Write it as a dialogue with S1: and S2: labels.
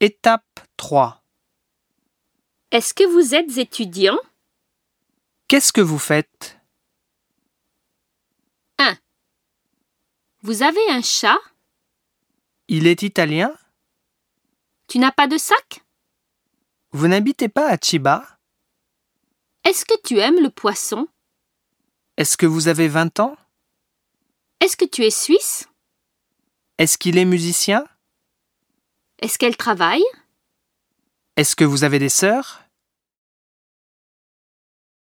S1: Étape 3.
S2: Est-ce que vous êtes étudiant
S1: Qu'est-ce que vous faites
S2: Vous avez un chat
S1: Il est italien
S2: Tu n'as pas de sac
S1: Vous n'habitez pas à Chiba
S2: Est-ce que tu aimes le poisson
S1: Est-ce que vous avez 20 ans
S2: Est-ce que tu es suisse
S1: Est-ce qu'il est musicien
S2: Est-ce qu'elle travaille
S1: Est-ce que vous avez des sœurs